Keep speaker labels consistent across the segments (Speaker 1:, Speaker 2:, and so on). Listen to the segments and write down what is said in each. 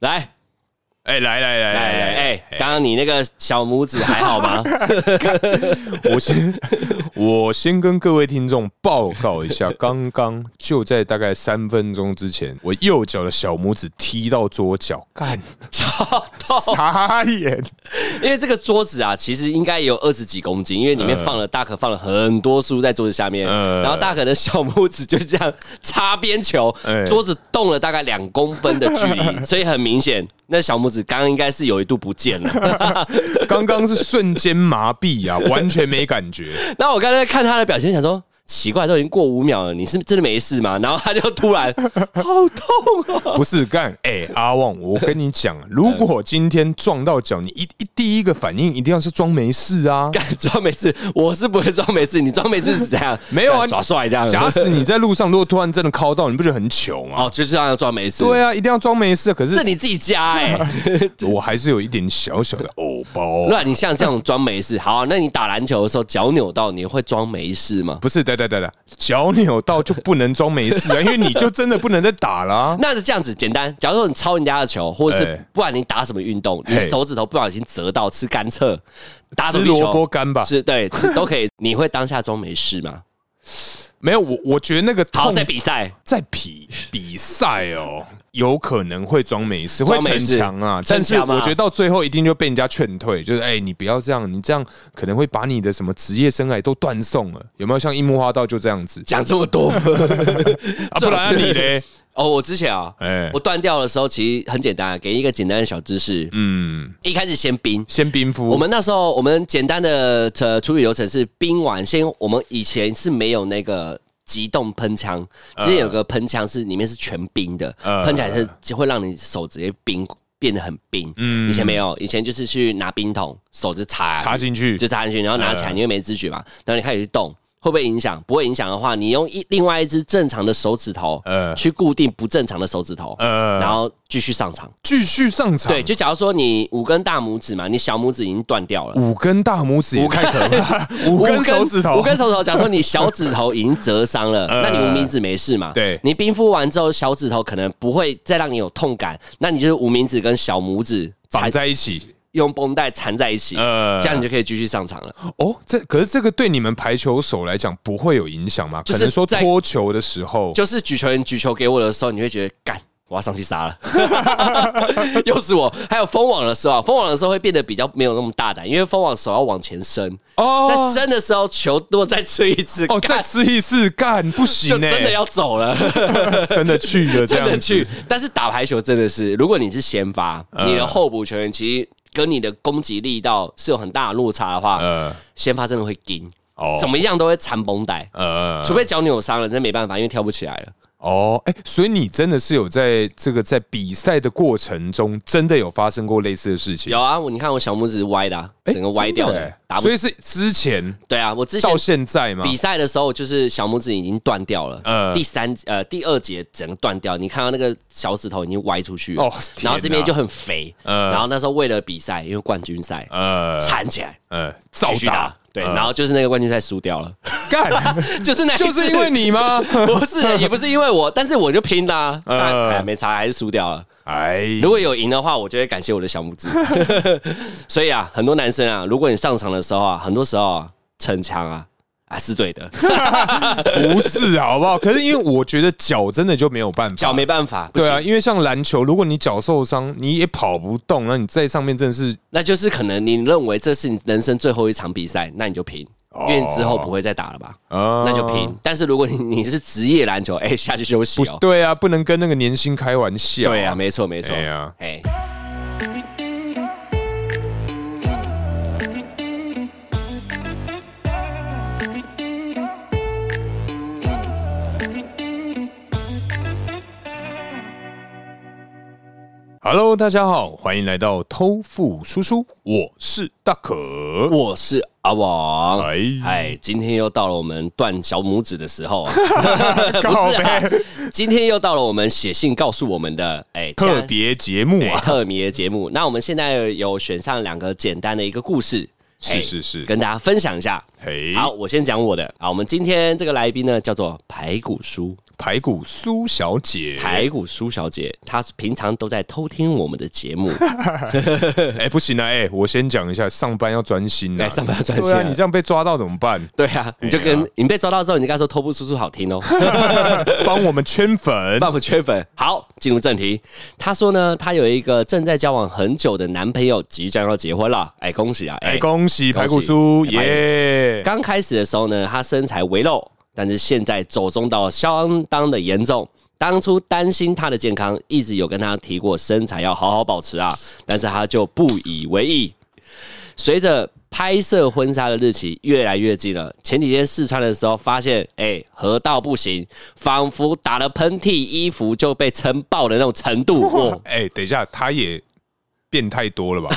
Speaker 1: 来
Speaker 2: 哎，来来来
Speaker 1: 来来，哎，刚刚你那个小拇指还好 吗？
Speaker 2: 我先 我先跟各位听众报告一下，刚刚就在大概三分钟之前，我右脚的小拇指踢到左脚， 干，
Speaker 1: 超痛！
Speaker 2: 傻眼，
Speaker 1: 因为这个桌子啊，其实应该也有二十几公斤，因为里面放了大可放了很多书在桌子下面，
Speaker 2: 嗯
Speaker 1: 然后大可的小拇指就这样擦边球，
Speaker 2: 哎
Speaker 1: 桌子动了大概两公分的距 离，所以很明显，那小拇指刚刚应该是有一度不见了。
Speaker 2: 刚刚是瞬间麻痹啊，完全没感觉。
Speaker 1: 那我刚才看他的表情，想说。奇怪，都已经过五秒了，你是真的没事吗？然后他就突 然好痛哦！
Speaker 2: 不是干 哎、阿旺，我跟你讲，啊如果今天撞到脚，你一一第一个反应一定要是装没事啊。
Speaker 1: 敢装没事，我是不会装没事，你装没事是怎样？
Speaker 2: 没有啊
Speaker 1: 干耍帅这样。
Speaker 2: 假使你在路上如果突然真的敲到，你不觉得很糗吗？
Speaker 1: 哦，就是这样装没事。
Speaker 2: 对啊，一定要装没事。可
Speaker 1: 这
Speaker 2: 是
Speaker 1: 你自己加哎、
Speaker 2: 我还是有一点小小的偶包。
Speaker 1: 那你像这种装没事，好、啊那你打篮球的时候脚扭到，你会装没事吗？
Speaker 2: 不是，对对对对，脚扭到就不能装没事啊，因为你就真的不能再打了、啊。
Speaker 1: 那是这样子简单，假如说你抄人家的球，或者是
Speaker 2: 哎
Speaker 1: 不管你打什么运动，你
Speaker 2: 嘿
Speaker 1: 手指头不小心折到吃甘蔗， 打什
Speaker 2: 吃
Speaker 1: 么球
Speaker 2: 萝卜干吧，
Speaker 1: 是对吃都可以，你会当下装没事 吗？
Speaker 2: 没有我，我觉得那个
Speaker 1: 好，
Speaker 2: 痛
Speaker 1: 在比赛
Speaker 2: 在比比赛哦，有可能会装没事，会
Speaker 1: 装没
Speaker 2: 逞
Speaker 1: 事
Speaker 2: 强啊。但是
Speaker 1: 逞强嘛
Speaker 2: 我觉得到最后一定就被人家劝退，就是哎、你不要这样，你这样可能会把你的什么职业生涯都断送了。有没有像樱木花道就这样子？
Speaker 1: 讲 这么 多，
Speaker 2: 啊，不
Speaker 1: 这种
Speaker 2: 然
Speaker 1: 事
Speaker 2: 你嘞？
Speaker 1: 哦，我之前啊，
Speaker 2: 哎
Speaker 1: 我断掉的时候其实很简单，啊给一个简单的小知识，
Speaker 2: 嗯，
Speaker 1: 一开始先冰，
Speaker 2: 先冰敷，
Speaker 1: 我们那时候我们简单的呃处理流程是冰完先，我们以前是没有那个。急冻喷枪，
Speaker 2: 嗯
Speaker 1: 之前有个喷枪是里面是全冰的，
Speaker 2: 呃
Speaker 1: 喷起来是就会让你手直接冰变得很冰。
Speaker 2: 嗯
Speaker 1: 以前没有，以前就是去拿冰桶，手就插
Speaker 2: 插进去嗯
Speaker 1: 就插进去，然后拿起来，你又没知觉嘛，然后你开始去动，会不会影响？不会影响的话，你用一另外一只正常的手指头，
Speaker 2: 呃
Speaker 1: 去固定不正常的手指头，
Speaker 2: 呃
Speaker 1: 然后继续上场。
Speaker 2: 继续上场。
Speaker 1: 对，就假如说你五根大拇指嘛，你小拇指已经断掉了。
Speaker 2: 五根大拇指也太可怕， 五根手指头，呃
Speaker 1: 五根手指头。假如说你小指头已经折伤 了，那你无名指没事嘛？
Speaker 2: 对
Speaker 1: 你冰敷完之后，小指头可能不会再让你有痛感，那你就是无名指跟小拇指
Speaker 2: 绑
Speaker 1: 缠
Speaker 2: 在一起。
Speaker 1: 用绷带缠在一起，
Speaker 2: 呃
Speaker 1: 这样你就可以继续上场了。
Speaker 2: 哦，这可是这个对你们排球手来讲不会有影响吗？
Speaker 1: 就
Speaker 2: 可
Speaker 1: 是
Speaker 2: 能说
Speaker 1: 在
Speaker 2: 脱球的时候，
Speaker 1: 就是举球员举球给我的时候，你会觉得干。我要上去杀了， 又是我。还有封网的时候啊，封网的时候会变得比较没有那么大胆，因为封网手要往前伸，
Speaker 2: 哦
Speaker 1: 在伸的时候球如果再吃一次，
Speaker 2: 哦，
Speaker 1: 干
Speaker 2: 再吃一次干不行
Speaker 1: 就
Speaker 2: 呢、
Speaker 1: 真的要走了，
Speaker 2: 真的去 了 这
Speaker 1: 真
Speaker 2: 样
Speaker 1: 的
Speaker 2: 子
Speaker 1: 去。但是打排球真的是，如果你是先发，
Speaker 2: 嗯
Speaker 1: 你的候补球员其实跟你的攻击力道是有很大的落差的话，
Speaker 2: 呃
Speaker 1: 先发真的会紧，
Speaker 2: 哦
Speaker 1: 怎么样都会缠绷带，
Speaker 2: 呃
Speaker 1: 除非脚扭伤了，真没办法，因为跳不起来了。
Speaker 2: 哦哎、所以你真的是有在这个在比赛的过程中，真的有发生过类似的事情，
Speaker 1: 有啊，我你看我小拇指歪的啊、
Speaker 2: 哎
Speaker 1: 整个歪掉
Speaker 2: 真
Speaker 1: 的
Speaker 2: 的，欸
Speaker 1: 打不
Speaker 2: 所以是之前
Speaker 1: 对啊，我之前
Speaker 2: 到现在嘛，
Speaker 1: 比赛的时候就是小拇指已经断掉了，
Speaker 2: 呃
Speaker 1: 第三呃第二节整个断掉，你看到那个小指头已经歪出去了，
Speaker 2: 哦
Speaker 1: 然后
Speaker 2: 天
Speaker 1: 这边
Speaker 2: 哪
Speaker 1: 就很肥，
Speaker 2: 呃
Speaker 1: 然后那时候为了比赛，因为冠军赛
Speaker 2: 呃
Speaker 1: 缠起来
Speaker 2: 呃照
Speaker 1: 继续
Speaker 2: 打
Speaker 1: 打，对，然后就是那个冠军赛输 掉了，
Speaker 2: 干，
Speaker 1: 就是那一次
Speaker 2: 嗯就是因为。你吗？
Speaker 1: 不是，也不是因为我，但是我就拼啦、啊，
Speaker 2: 呃
Speaker 1: 但哎没差，还是输掉了。
Speaker 2: 哎
Speaker 1: 如果有赢的话，我就会感谢我的小拇 指。所以啊，很多男生啊，如果你上场的时候啊，很多时候啊，逞强啊，啊是对的，
Speaker 2: 不是好不好？可是因为我觉得脚真的就没有办法，
Speaker 1: 脚没办法，不
Speaker 2: 对
Speaker 1: 行，
Speaker 2: 啊，因为像篮球，如果你脚受伤，你也跑不动，那你在上面真的是
Speaker 1: 那就是可能你认为这是你人生最后一场比赛，那你就平，
Speaker 2: 哦
Speaker 1: 因为你之后不会再打了吧？
Speaker 2: 啊
Speaker 1: 那就平。但是如果你你是职业篮球，哎、下去休息哦。
Speaker 2: 对啊，不能跟那个年薪开玩笑。
Speaker 1: 对啊，没错没错。
Speaker 2: 哎
Speaker 1: 哎、
Speaker 2: 呀，Hello，大家好，欢迎来到偷富叔叔，我是大可。
Speaker 1: 我是阿王。
Speaker 2: 哎
Speaker 1: 哎，今天又到了我们断小拇指的时候 啊！
Speaker 2: 告
Speaker 1: 不是啊
Speaker 2: 白，
Speaker 1: 今天又到了我们写信告诉我们的哎
Speaker 2: 特别节目
Speaker 1: 哎
Speaker 2: 啊，
Speaker 1: 特别节目。那我们现在有选上两个简单的一个故事，
Speaker 2: 是
Speaker 1: 哎
Speaker 2: 是是
Speaker 1: 跟大家分享一下。
Speaker 2: 嘿，
Speaker 1: 好，我先讲我的啊。我们今天这个来宾呢，叫做排骨叔，
Speaker 2: 排骨苏小姐。
Speaker 1: 排骨苏小姐，她平常都在偷听我们的节 目，
Speaker 2: 哎、不行啊，哎、我先讲一下，上班要专心啊，
Speaker 1: 来上班要专心
Speaker 2: 对
Speaker 1: 啊？
Speaker 2: 啊，你这样被抓到怎么办
Speaker 1: 对啊，你就跟你被抓到之后，你跟她说偷步叔叔好听 哦，
Speaker 2: 帮我们圈粉。
Speaker 1: 帮我们圈粉。好，进入正题，她说呢，她有一个正在交往很久的男朋友，即将要结婚了，哎，恭喜啊，
Speaker 2: 哎、
Speaker 1: 哎，
Speaker 2: 恭喜排骨
Speaker 1: 恭
Speaker 2: 酥
Speaker 1: 喜哎
Speaker 2: 耶！
Speaker 1: 刚开始的时候呢，她身材微露，但是现在走中到相当的严重。当初担心她的健康，一直有跟她提过身材要好好保持啊，但是她就不以为意。随着拍摄婚纱的日期越来越近了，前几天试穿的时候发现，哎、合到不行，仿佛打了喷嚏，衣服就被撑爆的那种程度。哦、
Speaker 2: 哎、等一下，他也变太多 了吧？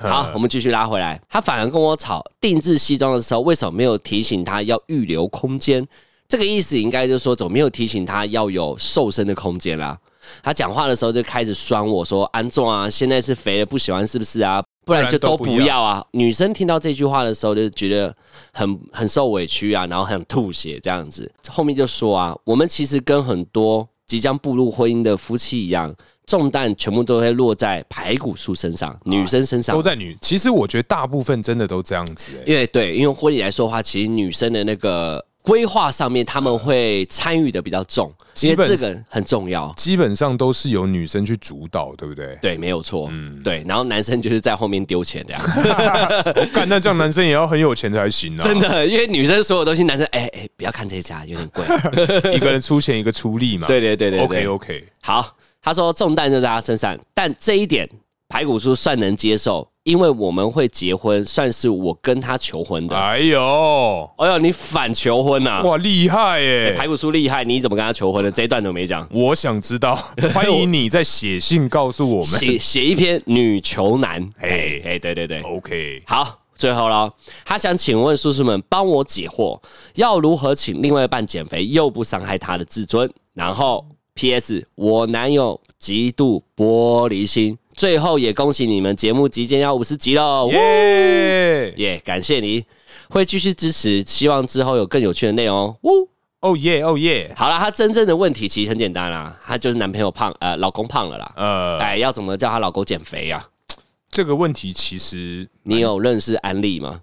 Speaker 1: 好，我们继续拉回来。他反而跟我吵定制西装的时候，为什么没有提醒他要预留空间？这个意思应该就是说，怎么没有提醒他要有瘦身的空间啦？他讲话的时候就开始酸我说：“安仲啊，现在是肥了不喜欢是不是啊？不然就都不要啊。”女生听到这句话的时候就觉得很很受委屈啊，然后很吐血这样子。后面就说啊，我们其实跟很多即将步入婚姻的夫妻一样，重担全部都会落在排骨素身上，女生身上
Speaker 2: 都。在女，其实我觉得大部分真的都这样子、哎
Speaker 1: 因为对，因为婚礼来说的话，其实女生的那个规划上面，他们会参与的比较重，因
Speaker 2: 基
Speaker 1: 为
Speaker 2: 本
Speaker 1: 这个很重要。
Speaker 2: 基本上都是由女生去主导，对 不对？
Speaker 1: 对，没有错。对，然后男生就是在后面丢钱这样，
Speaker 2: 我哦干、那这样男生也要很有钱才行啊！
Speaker 1: 真的，因为女生所有东西，男生哎哎、不要看这家有点贵。
Speaker 2: 一个人出钱，一个出力嘛。
Speaker 1: 对对对对对
Speaker 2: OK OK，
Speaker 1: 好，他说重担就在他身上，但这一点排骨叔算能接受，因为我们会结婚，算是我跟他求婚的。
Speaker 2: 哎呦，
Speaker 1: 哎呦，你反求婚呐、
Speaker 2: 哇，厉害耶、
Speaker 1: 啊哎排骨叔厉害，你怎么跟他求婚的？这一段都没讲。
Speaker 2: 我想知 道，欢迎你再写信告诉我们。
Speaker 1: 写写一篇女求男，哎、
Speaker 2: 哎
Speaker 1: 哎、对对对，
Speaker 2: OK，
Speaker 1: 好，最后了，他想请问叔叔们帮我解惑，要如何请另外一半减肥又不伤害他的自尊？然后 P.S. 我男友极度玻璃心，最后也恭喜你们节目即将要五十集喽，哇
Speaker 2: 耶，
Speaker 1: 耶、感谢你，会继续支持，希望之后有更有趣的内容哦。呜
Speaker 2: 哦耶，哦耶，
Speaker 1: 好啦，她真正的问题其实很简单啦，她就是男朋友胖，呃，老公胖了啦，
Speaker 2: 呃，
Speaker 1: 哎，要怎么叫她老公减肥呀、啊？
Speaker 2: 这个问题其实，
Speaker 1: 你有认识安利吗？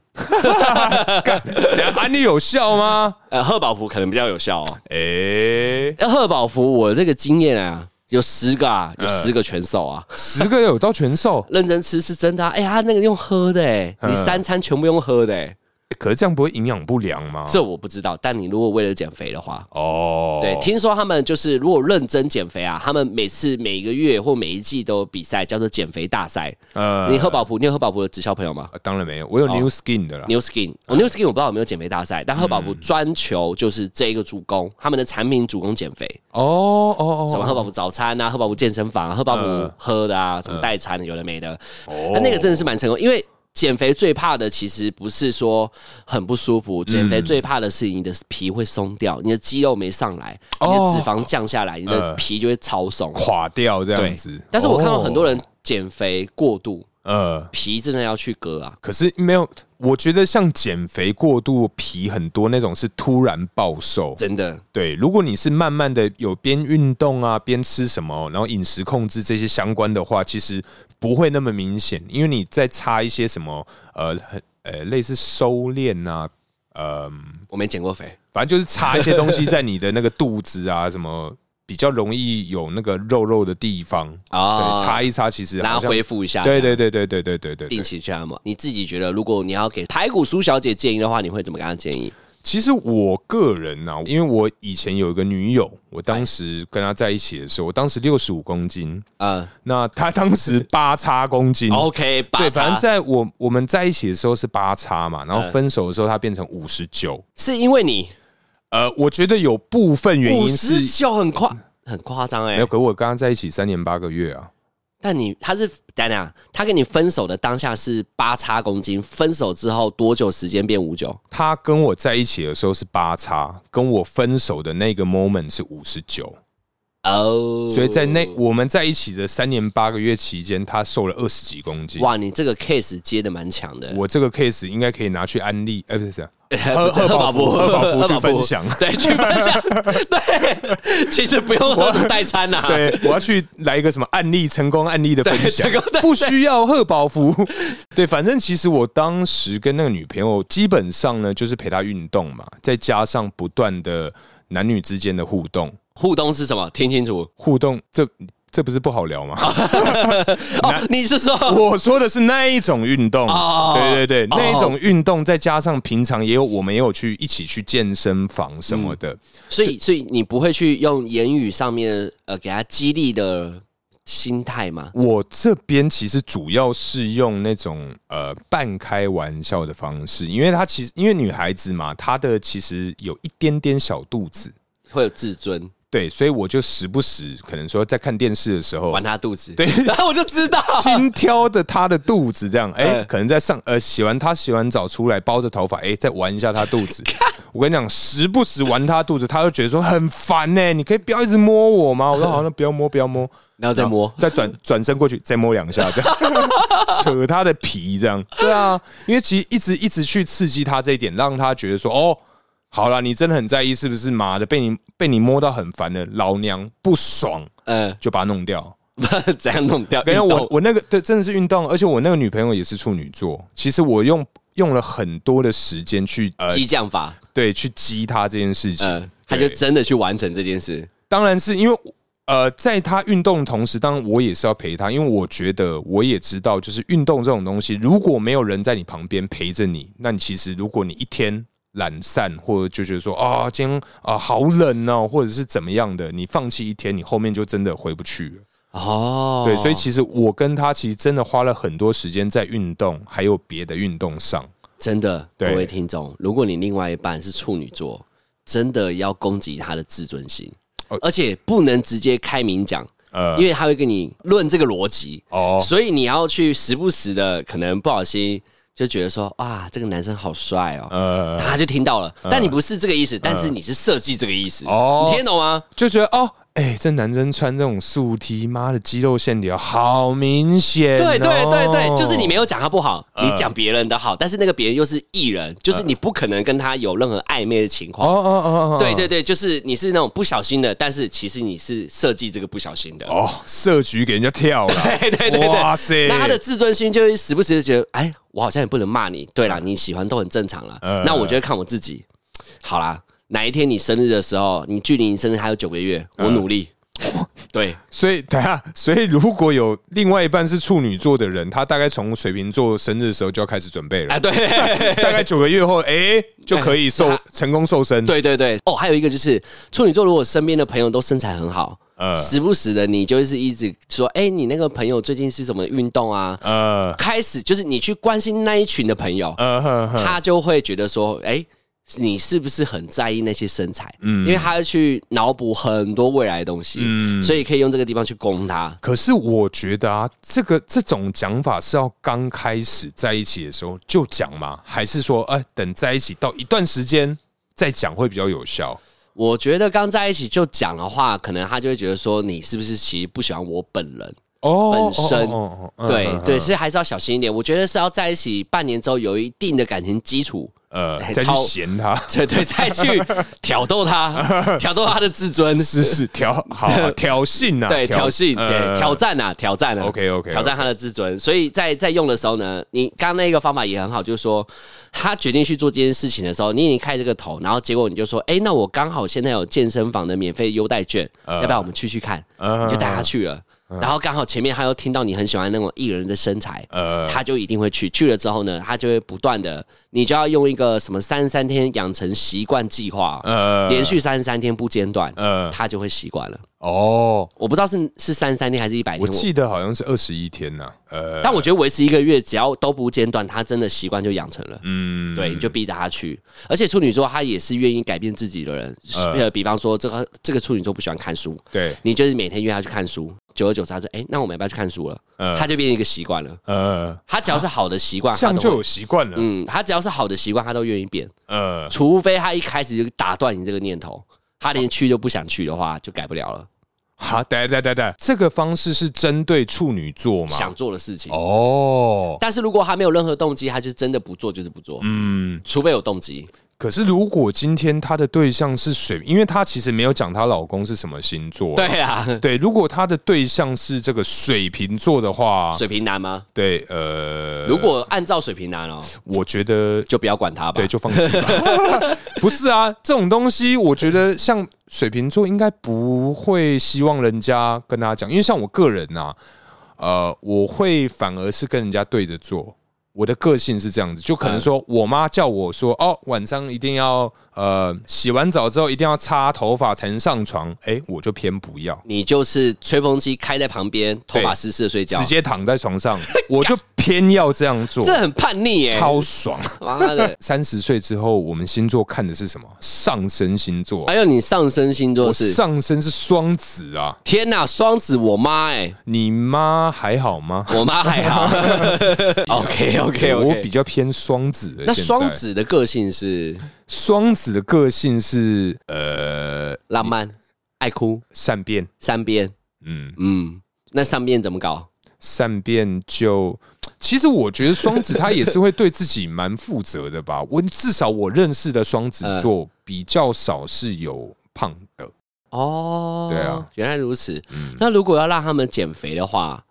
Speaker 2: 安利有效吗？
Speaker 1: 呃，贺宝福可能比较有效哦。
Speaker 2: 哎、
Speaker 1: 呃贺宝福，我这个经验啊，有十个啊，有十个全瘦啊，
Speaker 2: 十个有到全瘦，
Speaker 1: 认真吃是真的、啊。哎、呀，他那个用喝的、哎，你
Speaker 2: 嗯
Speaker 1: 三餐全部用喝的、哎，
Speaker 2: 可是这样不会营养不良吗？
Speaker 1: 这我不知道。但你如果为了减肥的话，
Speaker 2: 哦，
Speaker 1: 对，听说他们就是如果认真减肥啊，他们每次每个月或每一季都有比赛，叫做减肥大赛。
Speaker 2: 呃
Speaker 1: 你贺哦宝福，你有贺宝福的直销朋友吗？
Speaker 2: 啊当然没有，我有 New Skin 的啦。
Speaker 1: New Skin，我 New Skin 我不知道有没有减肥大赛，但贺宝福专求就是这个主攻，他们的产品主攻减肥。
Speaker 2: 哦哦
Speaker 1: 什么
Speaker 2: 哦，嗯
Speaker 1: 喝饱福早餐啊，喝饱福健身房、啊，喝饱福喝的啊，什么代餐的有的没的，
Speaker 2: 哦
Speaker 1: 啊那那个真的是蛮成功，因为。减肥最怕的其实不是说很不舒
Speaker 2: 嗯
Speaker 1: 服，减肥最怕的是你的皮会松掉，你的肌肉没上来，
Speaker 2: 哦
Speaker 1: 你的脂肪降下来，你的皮就会超松。
Speaker 2: 垮掉嗯这
Speaker 1: 对
Speaker 2: 样子。
Speaker 1: 但是我看到很多
Speaker 2: 人，
Speaker 1: 人减肥过度，
Speaker 2: 呃，
Speaker 1: 皮真的要去割啊。
Speaker 2: 可是没有，我觉得像减肥过度皮很多那种是突然暴瘦。
Speaker 1: 真的，
Speaker 2: 对，如果你是慢慢的有边运动啊，边吃什么，然后饮食控制这些相关的话，其实不会那么明显，因为你再擦一些什么呃很呃类似收敛啊，呃，
Speaker 1: 我没减过肥，
Speaker 2: 反正就是擦一些东西在你的那个肚子啊什么。比较容易有那个肉肉的地方
Speaker 1: 哦
Speaker 2: 对，擦一擦其实
Speaker 1: 然
Speaker 2: 好
Speaker 1: 后
Speaker 2: 像
Speaker 1: 恢复一下。
Speaker 2: 对对对对对对对对
Speaker 1: 定
Speaker 2: 对。
Speaker 1: 期去按摩。你自己觉得，如果你要给排骨苏小姐建议的话，你会怎么跟她建议？
Speaker 2: 其实我个人呐、啊，因为我以前有一个女友，我当时跟她在一起的时候，我当时六十五公斤，
Speaker 1: 嗯
Speaker 2: 那她当时八叉公斤。
Speaker 1: ，OK，把
Speaker 2: 对，反
Speaker 1: 它
Speaker 2: 正在我我们在一起的时候是八叉嘛，
Speaker 1: 嗯
Speaker 2: 然后分手的时候她变成五十九。
Speaker 1: 是因为你
Speaker 2: 呃，我觉得有部分原
Speaker 1: 五
Speaker 2: 因
Speaker 1: 十
Speaker 2: 是，嗯
Speaker 1: 九很夸很夸张
Speaker 2: 没
Speaker 1: 哎
Speaker 2: 有，，可我跟她在一起三年八个月啊，
Speaker 1: 但你他是等等，他跟你分手的当下是八叉公斤，分手之后多久时间变五九？
Speaker 2: 她跟我在一起的时候是八叉，跟我分手的那个 moment 是五十九。
Speaker 1: 哦，
Speaker 2: 所以在那我们在一起的三年八个月期间，他瘦了二十几公斤。
Speaker 1: 哇，你这个 case 接的蛮强的，
Speaker 2: 我这个 case 应该可以拿去安利，呃，不是不是贺贺宝福贺宝福去分享
Speaker 1: 对，去分 享，对，其实不用喝什么代餐啊呐、
Speaker 2: 对，我要去来一个什么案例成功案例的分享
Speaker 1: 对成功，的
Speaker 2: 不需要贺宝福。对，反正其实我当时跟那个女朋友基本上呢，就是陪她运动嘛，再加上不断的男女之间的互动，
Speaker 1: 互动是什么？听清楚
Speaker 2: 互动这这不是不好聊吗？
Speaker 1: 啊哦，你是说
Speaker 2: 我说的是那一种运动，
Speaker 1: 哦
Speaker 2: 对对对，
Speaker 1: 哦
Speaker 2: 那一种运动，再加上平常也有我们也有去一起去健身房什么的，
Speaker 1: 所以，所以你不会去用言语上面呃给他激励的心态吗？
Speaker 2: 我这边其实主要是用那种呃半开玩笑的方式，因为她其实因为女孩子嘛，她的其实有一点点小肚子，
Speaker 1: 会有自尊，
Speaker 2: 对，所以我就时不时可能说在看电视的时候
Speaker 1: 管，他肚子，
Speaker 2: 哦对，
Speaker 1: 然后我就知道，
Speaker 2: 轻挑着她的肚子这样，哎、
Speaker 1: 哎
Speaker 2: 可能在上呃洗完她洗完澡出来包着头发，哎、再玩一下她肚子。我跟你讲，时不时玩她肚子，她就觉得说很烦呢、你可以不要一直摸我吗？我说好，那不要摸，不要摸。
Speaker 1: 然后再摸，
Speaker 2: 再转 转身过去，再摸两下，这 样扯他的皮，这样对啊，因为其实一直一直去刺激他这一点，让他觉得说哦，好啦，你真的很在意是不是？妈的，被你被你摸到很烦的，老娘不爽，
Speaker 1: 嗯，
Speaker 2: 就把它弄掉。
Speaker 1: 怎样弄掉？
Speaker 2: 因为
Speaker 1: 运动
Speaker 2: 我我那个对真的是运动，而且我那个女朋友也是处女座，其实我用用了很多的时间去呃
Speaker 1: 激将法，
Speaker 2: 对去激她这件事情，
Speaker 1: 嗯，他就
Speaker 2: 对
Speaker 1: 真的去完成这件事，
Speaker 2: 当然是因为呃，在他运动的同时，当然我也是要陪他，因为我觉得我也知道，就是运动这种东西，如果没有人在你旁边陪着你，那你其实如果你一天懒散，或者就觉得说啊，今天啊好冷哦，或者是怎么样的，你放弃一天，你后面就真的回不去了。
Speaker 1: 哦，
Speaker 2: 对，所以其实我跟他其实真的花了很多时间在运动，还有别的运动上。
Speaker 1: 真的，各
Speaker 2: 对
Speaker 1: 位听众，如果你另外一半是处女座，真的要攻击他的自尊心，
Speaker 2: 哦
Speaker 1: 而且不能直接开明讲，
Speaker 2: 呃
Speaker 1: 因为他会跟你论这个逻辑，
Speaker 2: 哦，
Speaker 1: 所以你要去时不时的，可能不小心就觉得说，哇，这个男生好帅哦。
Speaker 2: 呃，
Speaker 1: 他就听到了，但你不是这个意思，但是你是设计这个意思，
Speaker 2: 嗯哦
Speaker 1: 你听得懂吗？
Speaker 2: 就觉得哦，哎、这男生穿这种素 T，妈的肌肉线条好明显、哦
Speaker 1: 对对对对，就是你没。有讲他不好，
Speaker 2: 嗯
Speaker 1: 你讲别人的好，但是那个别人又是艺人，就是你不可能跟他有任何暧昧的情
Speaker 2: 哦
Speaker 1: 况。
Speaker 2: 哦哦嗯哦，哦
Speaker 1: 对对对，就是你是那种不小心的，但是其实你是设计这个不小心的。
Speaker 2: 哦，设局给人家跳了，
Speaker 1: 对对对对，
Speaker 2: 哇塞
Speaker 1: 那他的自尊心就会时不时就觉得，哎，我好像也不能骂你。对啦，你喜欢都很正常啦。
Speaker 2: 嗯
Speaker 1: 那我就会看我自己。好啦，哪一天你生日的时候，你距离你生日还有九个月，
Speaker 2: 嗯
Speaker 1: 我努 力。对，
Speaker 2: 所以等下，所以如果有另外一半是处女座的人，他大概从水瓶座生日的时候就要开始准备了，
Speaker 1: 啊，对，
Speaker 2: 大概九个月后，哎、就可以瘦
Speaker 1: 哎
Speaker 2: 成功瘦身。
Speaker 1: 对对对。哦，还有一个就是处女座，如果身边的朋友都身材很好。
Speaker 2: 呃
Speaker 1: 时不时的，你就是一直说，哎、你那个朋友最近是什么运动啊？
Speaker 2: 呃
Speaker 1: 开始就是你去关心那一群的朋友，
Speaker 2: 呃呵呵，
Speaker 1: 他就会觉得说，哎、你是不是很在意那些身材？嗯，因为他要去脑补很多未来的东西，嗯，所以可以用这个地方去攻他。
Speaker 2: 可是我觉得啊，这个这种讲法是要刚开始在一起的时候就讲吗？还是说，哎、等在一起到一段时间再讲会比较有效？
Speaker 1: 我觉得刚在一起就讲的话，可能他就会觉得说，你是不是其实不喜欢我本人？
Speaker 2: 哦
Speaker 1: 本身
Speaker 2: 哦哦
Speaker 1: 对
Speaker 2: 嗯
Speaker 1: 对，所以还是要小心一点。我觉得是要在一起半年之后有一定的感情基础，
Speaker 2: 呃
Speaker 1: 哎，
Speaker 2: 再去
Speaker 1: 超
Speaker 2: 嫌他，
Speaker 1: 对对，再去挑逗 他，挑逗他的自尊，
Speaker 2: 是是 挑好好挑衅啊，
Speaker 1: 对，挑衅，
Speaker 2: 呃
Speaker 1: 对，挑战啊，挑战啊
Speaker 2: OK，OK，OK
Speaker 1: 挑战他的自尊。所以在在用的时候呢，你刚刚那个方法也很好，就是说他决定去做这件事情的时候，你已经开这个头，然后结果你就说，哎，那我刚好现在有健身房的免费优待券，
Speaker 2: 嗯
Speaker 1: 要不要我们去去看？
Speaker 2: 呃
Speaker 1: 你就带他去了。
Speaker 2: 嗯
Speaker 1: 然后刚好前面他又听到你很喜欢那种艺人的身材，
Speaker 2: 呃
Speaker 1: 他就一定会去。去了之后呢，他就会不断的，你就要用一个什么三十三天养成习惯计划，
Speaker 2: 呃
Speaker 1: 连续三十三天不间断，
Speaker 2: 呃
Speaker 1: 他就会习惯了。
Speaker 2: 哦，
Speaker 1: 我不知道是是三十三天还是一百
Speaker 2: 我
Speaker 1: 天，我
Speaker 2: 记得好像是二十一天呐，呃，
Speaker 1: 但我觉得维持一个月，只要都不间断，他真的习惯就养成了。
Speaker 2: 嗯，
Speaker 1: 对，你就逼着他去，而且处女座他也是愿意改变自己的人。呃，比方说这个这个处女座不喜欢看书，
Speaker 2: 对，
Speaker 1: 你就是每天约他去看书，久而久之他说，哎、那我们要不要去看书了？
Speaker 2: 嗯
Speaker 1: 他就变成一个习惯了。
Speaker 2: 呃，
Speaker 1: 他只要是好的习惯，
Speaker 2: 这
Speaker 1: 他
Speaker 2: 样
Speaker 1: 都
Speaker 2: 啊就
Speaker 1: 会
Speaker 2: 有习惯了，
Speaker 1: 嗯，他只要是好的习惯，他都愿意变，
Speaker 2: 呃，
Speaker 1: 除非他一开始就打断你这个念头，他连去都不想去的话，就改不了了。
Speaker 2: 好，对对对对，这个方式是针对处女座吗？
Speaker 1: 想做的事情。
Speaker 2: 哦，
Speaker 1: 但是如果他没有任何动机，他就真的不做，就是不做，
Speaker 2: 嗯，
Speaker 1: 除非有动机。
Speaker 2: 可是如果今天她的对象是水，因为她其实没有讲她老公是什么星座啊、
Speaker 1: 对啊，
Speaker 2: 对，如果她的对象是这个水瓶座的话，
Speaker 1: 水瓶男吗？
Speaker 2: 对，呃，
Speaker 1: 如果按照水瓶男哦，
Speaker 2: 我觉得
Speaker 1: 就不要管他吧
Speaker 2: 对，。就放弃吧。 不是啊，这种东西，我觉得像水瓶座应该不会希望人家跟他讲，因为像我个人呐、呃，我会反而是跟人家对着做。我的个性是这样子，
Speaker 1: 嗯
Speaker 2: 就可能说我妈叫我说哦，晚上一定要呃洗完澡之后一定要擦头发才能上床，哎、我就偏不要，
Speaker 1: 你就是吹风机开在旁边，头发
Speaker 2: 对
Speaker 1: 湿湿的睡觉
Speaker 2: 直，接躺在 床上，我就偏要这样做，
Speaker 1: 这很叛逆耶！
Speaker 2: 超爽。
Speaker 1: 妈 的！
Speaker 2: 三十岁之后，我们星座看的是什么？上升星座。
Speaker 1: 还有你上升星座
Speaker 2: 我
Speaker 1: 是？
Speaker 2: 上身是双子啊，
Speaker 1: 天哪，双子我妈哎，
Speaker 2: 你妈还好 吗？
Speaker 1: 我妈还 好。OK OK
Speaker 2: 我
Speaker 1: OK。
Speaker 2: 比较偏双子的。
Speaker 1: 那
Speaker 2: 现在
Speaker 1: 双，子的个性是
Speaker 2: 双子的个性是呃
Speaker 1: 浪漫、爱哭、
Speaker 2: 善变，
Speaker 1: 善变。
Speaker 2: 嗯，
Speaker 1: 嗯，那善变怎么搞？
Speaker 2: 善变就。其实我觉得双子他也是会对自己蛮负责的吧。 我至少我认识的双子座比较少是有胖的，
Speaker 1: 哦，
Speaker 2: 对啊，
Speaker 1: 原来如此。
Speaker 2: 嗯，
Speaker 1: 那如果要让他们减肥的话，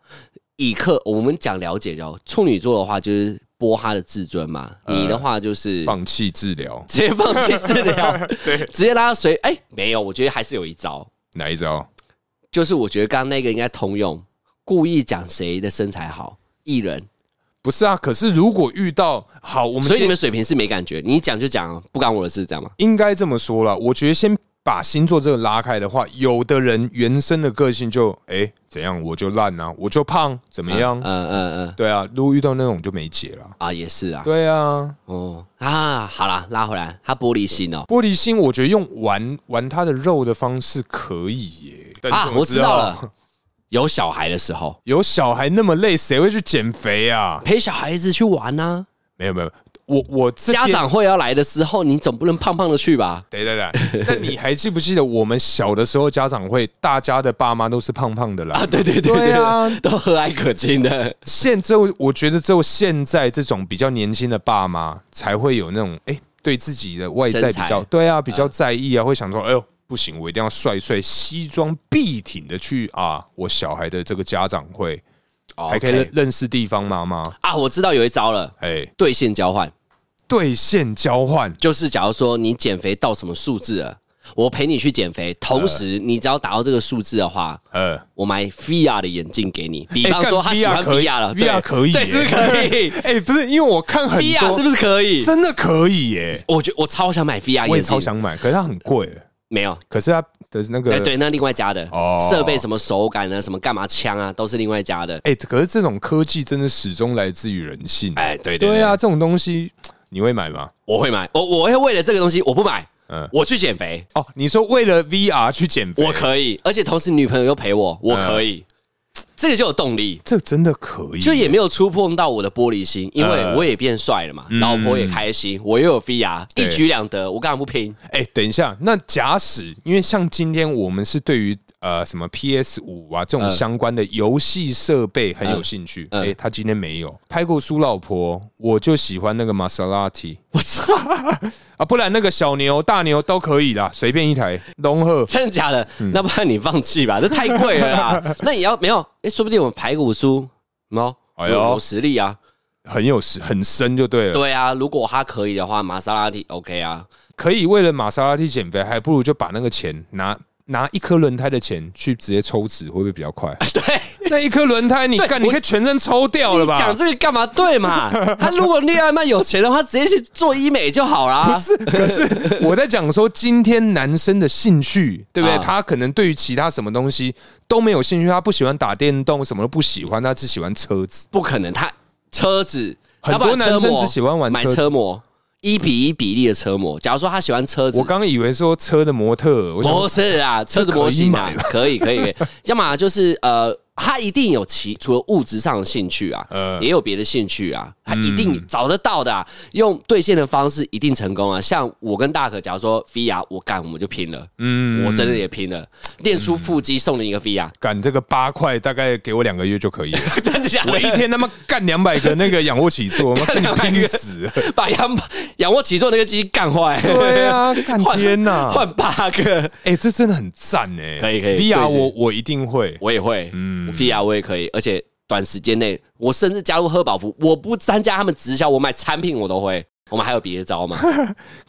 Speaker 1: 以克我们讲了解就好处女座的话就是剥他的自尊嘛，
Speaker 2: 呃
Speaker 1: 你的话就是
Speaker 2: 放弃治疗
Speaker 1: 直接放弃治 疗， 直接拉到水。哎、没有，我觉得还是有一招，
Speaker 2: 哪一招？
Speaker 1: 就是我觉得刚刚那个应该通用，故意讲谁的身材好，艺人。
Speaker 2: 不是啊，可是如果遇到好，我们
Speaker 1: 所以你
Speaker 2: 今天
Speaker 1: 们水平是没感觉，你讲就讲，不干我的事，这样吗？
Speaker 2: 应该这么说啦，我觉得先把星座这个拉开的话，有的人原生的个性就哎、诶怎样，我就烂啊，我就胖，怎么样？
Speaker 1: 嗯嗯嗯，
Speaker 2: 对啊，如果遇到那种就没解了。
Speaker 1: 啊也是啊，
Speaker 2: 对啊，
Speaker 1: 哦啊，好啦，拉回来，他玻璃心哦。
Speaker 2: 玻璃心，我觉得用玩玩他的肉的方式可以耶、
Speaker 1: 啊，
Speaker 2: 等
Speaker 1: 我
Speaker 2: 什么
Speaker 1: 知
Speaker 2: 时候
Speaker 1: 道，了，有小孩的时候
Speaker 2: 有小孩那么累，谁会去减肥啊？
Speaker 1: 陪小孩子去玩啊，
Speaker 2: 没有没有，我我这边
Speaker 1: 家长会要来的时候，你总不能胖胖的去吧？
Speaker 2: 对对对，那你还记不记得我们小的时候家长会，大家的爸妈都是胖胖的啦？
Speaker 1: 啊，对对对
Speaker 2: 对啊，
Speaker 1: 都和蔼可亲的。
Speaker 2: 现只有我觉得只有现在这种比较年轻的爸妈才会有那种哎、诶对自己的外在
Speaker 1: 身
Speaker 2: 比
Speaker 1: 材嗯
Speaker 2: 较对啊比较在意啊，会想说哎呦不行，我一定要帅帅西装笔挺的去啊，我小孩的这个家长会还可以
Speaker 1: 哦 OK
Speaker 2: 认认识地方妈妈，
Speaker 1: 啊，我知道有一招了，
Speaker 2: 哎、
Speaker 1: 兑现交换，
Speaker 2: 对线交换
Speaker 1: 就是假如说你减肥到什么数字了，我陪你去减肥，同时你只要达到这个数字的 话，
Speaker 2: 呃，哎
Speaker 1: 我买 VR 的眼镜给 你。比方说他
Speaker 2: 干
Speaker 1: 喜欢
Speaker 2: VR 可以
Speaker 1: VR 了对
Speaker 2: ，VR 可以
Speaker 1: 对，
Speaker 2: 耶
Speaker 1: 是不是可以
Speaker 2: 哎、不是因为我看 很
Speaker 1: ？VR
Speaker 2: 多
Speaker 1: 是不是可以？
Speaker 2: 真的可以耶、
Speaker 1: 我觉我超想买 VR 眼
Speaker 2: 我也超
Speaker 1: 镜，
Speaker 2: 想买，可是它很贵、
Speaker 1: 没有，
Speaker 2: 可是它的那个
Speaker 1: 哎，对，那另外加的
Speaker 2: 哦
Speaker 1: 设备，什么手感啊，什么干嘛枪啊，都是另外加的。
Speaker 2: 哎、可是这种科技真的始终来自于人性。
Speaker 1: 哎，对
Speaker 2: 对，啊，这种东西你会买吗？
Speaker 1: 我会买，我我会为了这个东西我不买，
Speaker 2: 嗯
Speaker 1: 我去减肥，
Speaker 2: 哦，你说为了 VR 去减肥，
Speaker 1: 我可以，而且同时女朋友又陪我，
Speaker 2: 嗯
Speaker 1: 我可以，这个就有动力。
Speaker 2: 这真的可以，
Speaker 1: 就也没有触碰到我的玻璃
Speaker 2: 嗯
Speaker 1: 心，因为我也变帅了嘛，老婆也开心，我又有 VR，
Speaker 2: 对
Speaker 1: 一举两得，我干嘛不 拼？
Speaker 2: 哎、等一下，那假使因为像今天我们是对于呃什么 PS 五啊这种相关的游戏设备很有兴趣，哎、
Speaker 1: 嗯
Speaker 2: 他今天没有拍过苏老婆，我就喜欢那个玛莎拉蒂
Speaker 1: 我操，
Speaker 2: 啊，不然那个小牛、大牛都可以啦，随便一台龙鹤。
Speaker 1: 真的假的？
Speaker 2: 嗯
Speaker 1: 那不然你放弃吧，这太贵了 啦。那也要没有，哎，说不定我们排骨酥，喏，
Speaker 2: 哎
Speaker 1: 有
Speaker 2: 呦
Speaker 1: 有实力啊。
Speaker 2: 很有实很深就对了，
Speaker 1: 对啊，如果他可以的话，玛莎拉蒂 OK 啊，
Speaker 2: 可以为了玛莎拉蒂减肥，还不如就把那个钱拿拿一颗轮胎的钱去直接抽脂，会不会比 较快？
Speaker 1: 对。
Speaker 2: 那一颗轮胎你
Speaker 1: 对
Speaker 2: 干，
Speaker 1: 我
Speaker 2: 你可以全身抽掉了
Speaker 1: 你讲
Speaker 2: 吧？
Speaker 1: 这个干嘛？对 嘛？他如果恋爱漫有钱的话，直接去做医美就好啦。
Speaker 2: 是，可是我在讲说，今天男生的兴趣，对不对？
Speaker 1: 啊
Speaker 2: 他可能对于其他什么东西都没有兴趣，他不喜欢打电动，什么都不喜欢，他只喜欢车子。
Speaker 1: 不可能，他车子
Speaker 2: 很多
Speaker 1: 要不然车模
Speaker 2: 男生只喜欢玩车
Speaker 1: 买
Speaker 2: 子
Speaker 1: 车模，一比一比例的车模。假如说他喜欢车子
Speaker 2: 我，刚刚以为说车的模特，我想
Speaker 1: 不是啊，车子模型啊
Speaker 2: 这可
Speaker 1: 可以
Speaker 2: 以买，
Speaker 1: 可以可以，要么就是呃他一定有其除了物质上的兴趣啊，
Speaker 2: 呃
Speaker 1: 也有别的兴趣啊，他一定
Speaker 2: 嗯
Speaker 1: 找得到的啊、用兑现的方式一定成功啊。像我跟大可，假如说 VR，我干我们就拼了，
Speaker 2: 嗯
Speaker 1: 我真的也拼了，练出腹肌送你一个 VR，
Speaker 2: 赶这个八块，大概给我两个月 就可以了。
Speaker 1: 真的假的？
Speaker 2: 我一天他妈干两百个那个仰卧起坐，他妈干拼死了。
Speaker 1: 把仰仰卧起坐那个机干坏，
Speaker 2: 对 啊，干天呐！
Speaker 1: 换八个，
Speaker 2: 哎，这真的很赞哎！
Speaker 1: 可以可以
Speaker 2: ，VR
Speaker 1: 对是
Speaker 2: 我我一定会。
Speaker 1: 我也会，嗯，VR 我也可以，而且短时间内，我甚至加入喝宝福，我不参加他们直销，我买产品我都会。我们还有别的 招吗？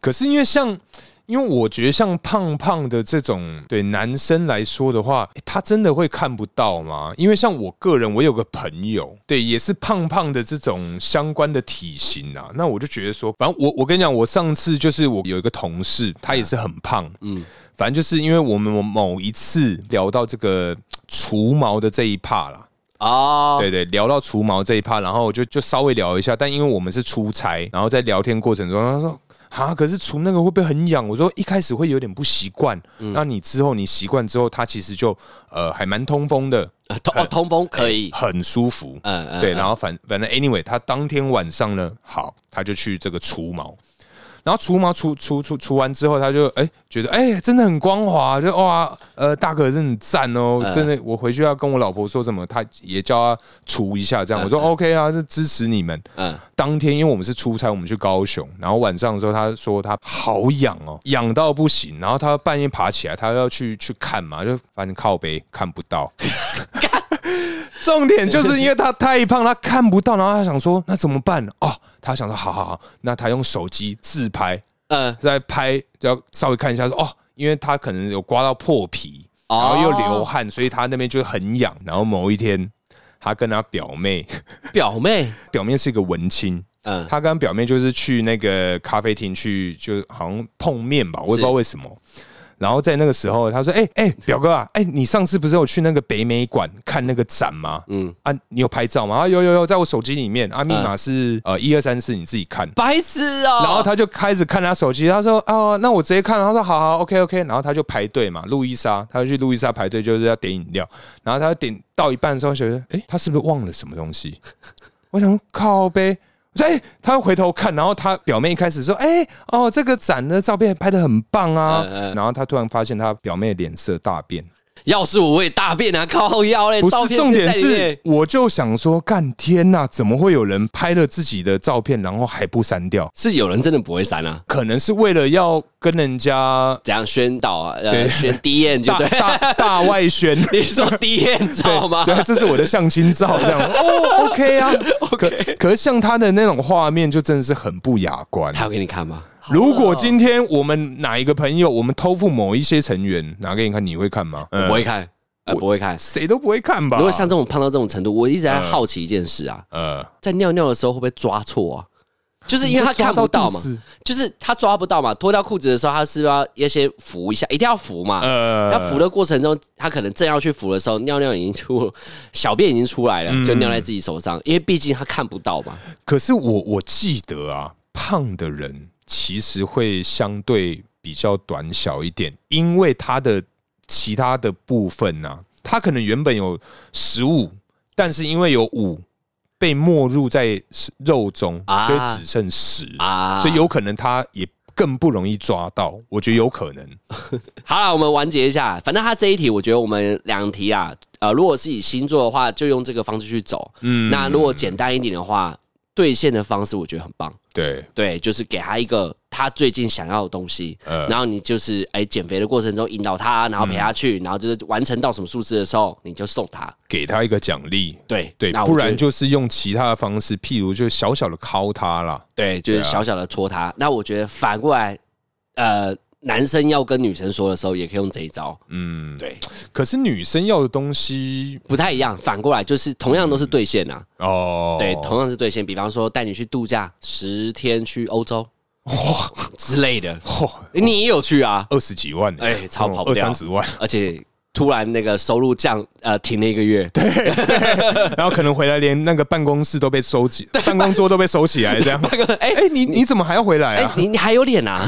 Speaker 2: 可是因为像，因为我觉得像胖胖的这种对男生来说的话、诶他真的会看不到吗？因为像我个人，我有个朋友，对，也是胖胖的这种相关的体型啊，那我就觉得说，反正我我跟你讲，我上次就是我有一个同事，他也是很胖，嗯。反正就是因为我们某一次聊到这个除毛的这一趴啦，
Speaker 1: 哦，
Speaker 2: 对对，聊到除毛这一趴，然后我就就稍微聊一下，但因为我们是出差，然后在聊天过程中，他说。啊！可是除那个会不会很痒？我说一开始会有点不习惯，那你之后你习惯之后，它其实就呃还蛮通风的，
Speaker 1: 呃通哦通风可以，
Speaker 2: 很舒服。
Speaker 1: 嗯嗯，
Speaker 2: 对，
Speaker 1: 嗯
Speaker 2: 然后反反正 anyway，他当天晚上呢，好，他就去这个除毛，然后除毛除除除除完之后，他就哎、觉得哎、真的很光滑，就哇呃大可真的很赞哦，
Speaker 1: 嗯
Speaker 2: 真的，我回去要跟我老婆说什么，他也叫他除一下这样，我说 OK 啊，就支持你们。
Speaker 1: 嗯，
Speaker 2: 当天因为我们是出差，我们去高雄，然后晚上的时候，他说他好痒哦，痒到不行，然后他半夜爬起来，他要去去看嘛，就发现靠背看不到。重点就是因为他太胖，他看不到，然后他想说那怎么办哦，他想说好好好，那他用手机自拍，
Speaker 1: 嗯，
Speaker 2: 在拍要稍微看一下说哦，因为他可能有刮到破皮，
Speaker 1: 哦
Speaker 2: 然后又流汗，所以他那边就很痒。然后某一天，他跟他表妹，
Speaker 1: 表妹，
Speaker 2: 表妹是一个文青，
Speaker 1: 嗯，
Speaker 2: 他跟表妹就是去那个咖啡厅去，就好像碰面吧，我也不知道为什么。然后在那个时候，他说：“哎、哎、表哥啊，哎、你上次不是有去那个北美馆看那个展吗？嗯啊，你有拍照吗？啊，有有有，在我手机里面啊，密码是、呃一二三四，你自己看。”
Speaker 1: 白痴哦，
Speaker 2: 然后他就开始看他手机，他说：“哦，那我直接看。”他说：“好好，OK OK。”然后他就排队嘛，路易莎，他就去路易莎排队，就是要点饮料。然后他点到一半的时候，觉得：“哎，他是不是忘了什么东西？”我想说靠呗。我说：“哎，他回头看，然后他表妹一开始说：‘哎，哦，这个展的照片拍的很棒啊。
Speaker 1: 嗯
Speaker 2: 然后他突然发现他表妹脸色大变，
Speaker 1: 要是我也大便啊，靠腰嘞，
Speaker 2: 不
Speaker 1: 照
Speaker 2: 是
Speaker 1: 片
Speaker 2: 重点
Speaker 1: 在里面
Speaker 2: 是，我就想说，干天呐，怎么会有人拍了自己的照片，然后还不删掉？
Speaker 1: 是有人真的不会删啊，
Speaker 2: 可能是为了要跟人家
Speaker 1: 怎样宣导啊，呃，
Speaker 2: 对
Speaker 1: 宣 D N 就
Speaker 2: 大
Speaker 1: 对，
Speaker 2: 大大外宣，
Speaker 1: 你说 D N 照吗？
Speaker 2: 对，这是我的相亲照， 这样哦，OK 啊可可是像他的那种画面，就真的是很不雅观。
Speaker 1: 他有给你看吗？
Speaker 2: 如果今天我们哪一个朋友，我们偷付某一些成员拿给你看，你会看吗？
Speaker 1: 我不会看，呃，不会看。
Speaker 2: 谁都不会看吧？
Speaker 1: 如果像这种胖到这种程度，我一直
Speaker 2: 嗯
Speaker 1: 在好奇一件事啊，
Speaker 2: 呃，
Speaker 1: 在尿尿的时候会不会抓错啊？就是因为他看不到嘛
Speaker 2: 你就抓到肚，子
Speaker 1: 就是他抓不到嘛。脱掉裤子的时候，他是不是要要先扶一下，一定要扶嘛。
Speaker 2: 呃，
Speaker 1: 他扶的过程中，他可能正要去扶的时候，尿尿已经出，小便已经出来
Speaker 2: 嗯
Speaker 1: 了，就尿在自己手上，因为毕竟他看不到嘛。
Speaker 2: 可是我我记得啊，胖的人其实会相对比较短小一点，因为他的其他的部分呢、啊，他可能原本有十五，但是因为有五被没入在肉中，
Speaker 1: 啊
Speaker 2: 所以只剩十
Speaker 1: 啊
Speaker 2: 所以有可能他也更不容易抓到。我觉得有可能，
Speaker 1: 好了，我们完结一下。反正他这一题，我觉得我们两题啊，呃，如果是以星座的话，就用这个方式去走。
Speaker 2: 嗯，
Speaker 1: 那如果简单一点的话，兑现的方式我觉得很棒。
Speaker 2: 对，
Speaker 1: 对，就是给他一个他最近想要的东西，
Speaker 2: 呃
Speaker 1: 然后你就是哎减肥的过程中引导他，然后陪他
Speaker 2: 嗯
Speaker 1: 去，然后就是完成到什么数字的时候，你就送他。
Speaker 2: 给他一个奖励。
Speaker 1: 对
Speaker 2: 对，
Speaker 1: 那我
Speaker 2: 不
Speaker 1: 觉得
Speaker 2: 然就是用其他的方式，譬如就小小的敲他啦。
Speaker 1: 对，就是
Speaker 2: 对啊
Speaker 1: 小小的戳他。那我觉得反过来，呃，男生要跟女生说的时候，也可以用这一招。
Speaker 2: 嗯，
Speaker 1: 对，
Speaker 2: 可是女生要的东西
Speaker 1: 不太一样。反过来就是同样都是兑现啊，
Speaker 2: 嗯哦，
Speaker 1: 对，同样是兑现。比方说带你去度假十天去欧洲，哇之类的，
Speaker 2: 嚯
Speaker 1: 你也有去啊，
Speaker 2: 二十几万呢，
Speaker 1: 哎超跑不
Speaker 2: 二
Speaker 1: 掉
Speaker 2: 三十万，
Speaker 1: 而且突然那个收入降，呃，停了一个月，
Speaker 2: 然后可能回来连那个办公室都被收 起，办公桌都被收起来，这样。
Speaker 1: 那个哎
Speaker 2: 哎、你你怎么还要回来
Speaker 1: 哎
Speaker 2: 啊，？
Speaker 1: 你你还有脸啊？啊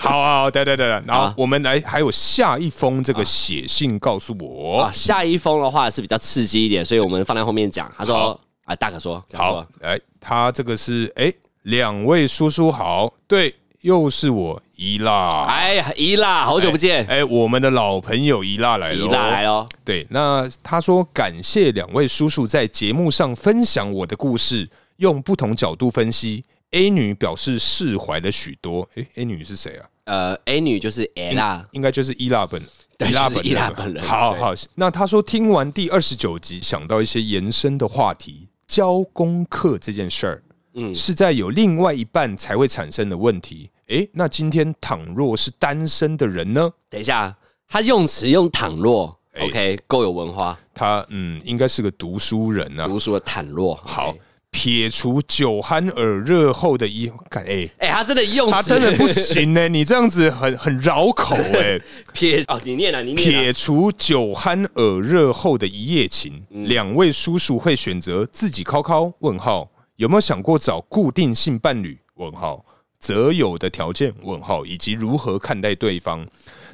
Speaker 2: 好好，好对对对对。然后我们来还有下一封这个写信告诉我
Speaker 1: 啊，，下一封的话是比较刺激一点，所以我们放在后面讲。他说
Speaker 2: 好
Speaker 1: 啊，大可说，讲
Speaker 2: 好
Speaker 1: 说，
Speaker 2: 哎，他这个是哎，两位叔叔好，对，又是我伊娜，
Speaker 1: 哎呀，伊啦，好久不见，
Speaker 2: 哎，我们的老朋友伊娜来
Speaker 1: 伊
Speaker 2: 了，哦
Speaker 1: 啦来哦喽。
Speaker 2: 对，那他说感谢两位叔叔在节目上分享我的故事，用不同角度分析。A 女表示释怀了许多。诶 a 女是谁啊？
Speaker 1: 呃，A 女就是 A 啦，
Speaker 2: 应该就是伊拉本，
Speaker 1: 对
Speaker 2: 伊拉
Speaker 1: 就是
Speaker 2: 本
Speaker 1: 伊拉
Speaker 2: 人
Speaker 1: 本人
Speaker 2: 好
Speaker 1: 对
Speaker 2: 好，那他说听完第二十九集，想到一些延伸的话题，教功课这件事儿，
Speaker 1: 嗯
Speaker 2: 嗯，是在有另外一半才会产生的问题。诶，那今天倘若是单身的人呢？
Speaker 1: 等一下，他用词用倘若
Speaker 2: 哎
Speaker 1: ，OK，够有文化，
Speaker 2: 他嗯，应该是个读书人啊。
Speaker 1: 读书的倘若。
Speaker 2: 好
Speaker 1: OK，
Speaker 2: 撇除酒酣耳热后的一，看哎。
Speaker 1: 哎，他真的用
Speaker 2: 他
Speaker 1: 词
Speaker 2: 真的不行呢、你这样子很很绕口哎、
Speaker 1: 撇哦，你念啊，你念啊。
Speaker 2: 撇除酒酣耳热后的一夜情，
Speaker 1: 嗯
Speaker 2: 两位叔叔会选择自己靠靠？问号有没有想过找固定性伴侣？问号择友的条件？问号以及如何看待对方？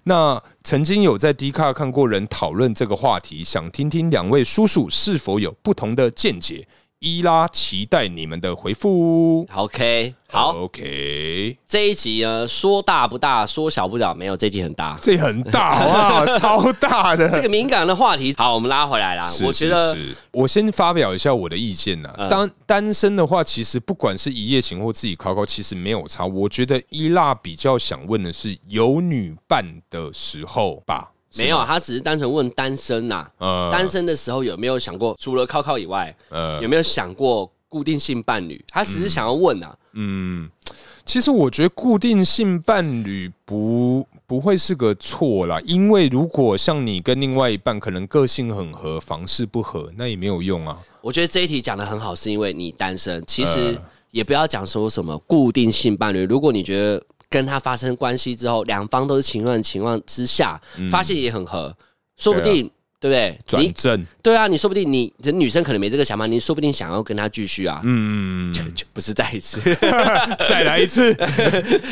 Speaker 2: 那曾经有在 D 卡看过人讨论这个话题，想听听两位叔叔是否有不同的见解。伊拉期待你们的回复。
Speaker 1: OK，好，
Speaker 2: ，OK，
Speaker 1: 这一集呢，说大不大，说小不小，没有，这一集很大。
Speaker 2: 这很大，好不好？超大的，
Speaker 1: 这个敏感的话题，好，我们拉回来啦。
Speaker 2: 是
Speaker 1: 我觉得嗯
Speaker 2: 是是我先发表一下我的意见呐、当单身的话，其实不管是一夜情或自己考考，其实没有差。我觉得伊娜比较想问的是，有女伴的时候吧？是
Speaker 1: 没有，
Speaker 2: 吗，
Speaker 1: 他只是单纯问单身啊呐、
Speaker 2: 呃
Speaker 1: 单身的时候有没有想过，除了靠靠以外，
Speaker 2: 呃，
Speaker 1: 有没有想过固定性伴侣？他只是想要问啊，
Speaker 2: 嗯，其实我觉得固定性伴侣不不会是个错啦，因为如果像你跟另外一半可能个性很合，房事不合，那也没有用啊。
Speaker 1: 我觉得这一题讲的很好，是因为你单身，其
Speaker 2: 嗯
Speaker 1: 实也不要讲说什么固定性伴侣。如果你觉得跟他发生关系之后，两方都是情乱的情况之下，发现也很合，说不定对,、不对？
Speaker 2: 嗯啊转
Speaker 1: 你
Speaker 2: 正，
Speaker 1: 对啊，你说不定你的女生可能没这个想法，你说不定想要跟他继续啊。
Speaker 2: 嗯，
Speaker 1: 就不是再一次，
Speaker 2: 再来一次。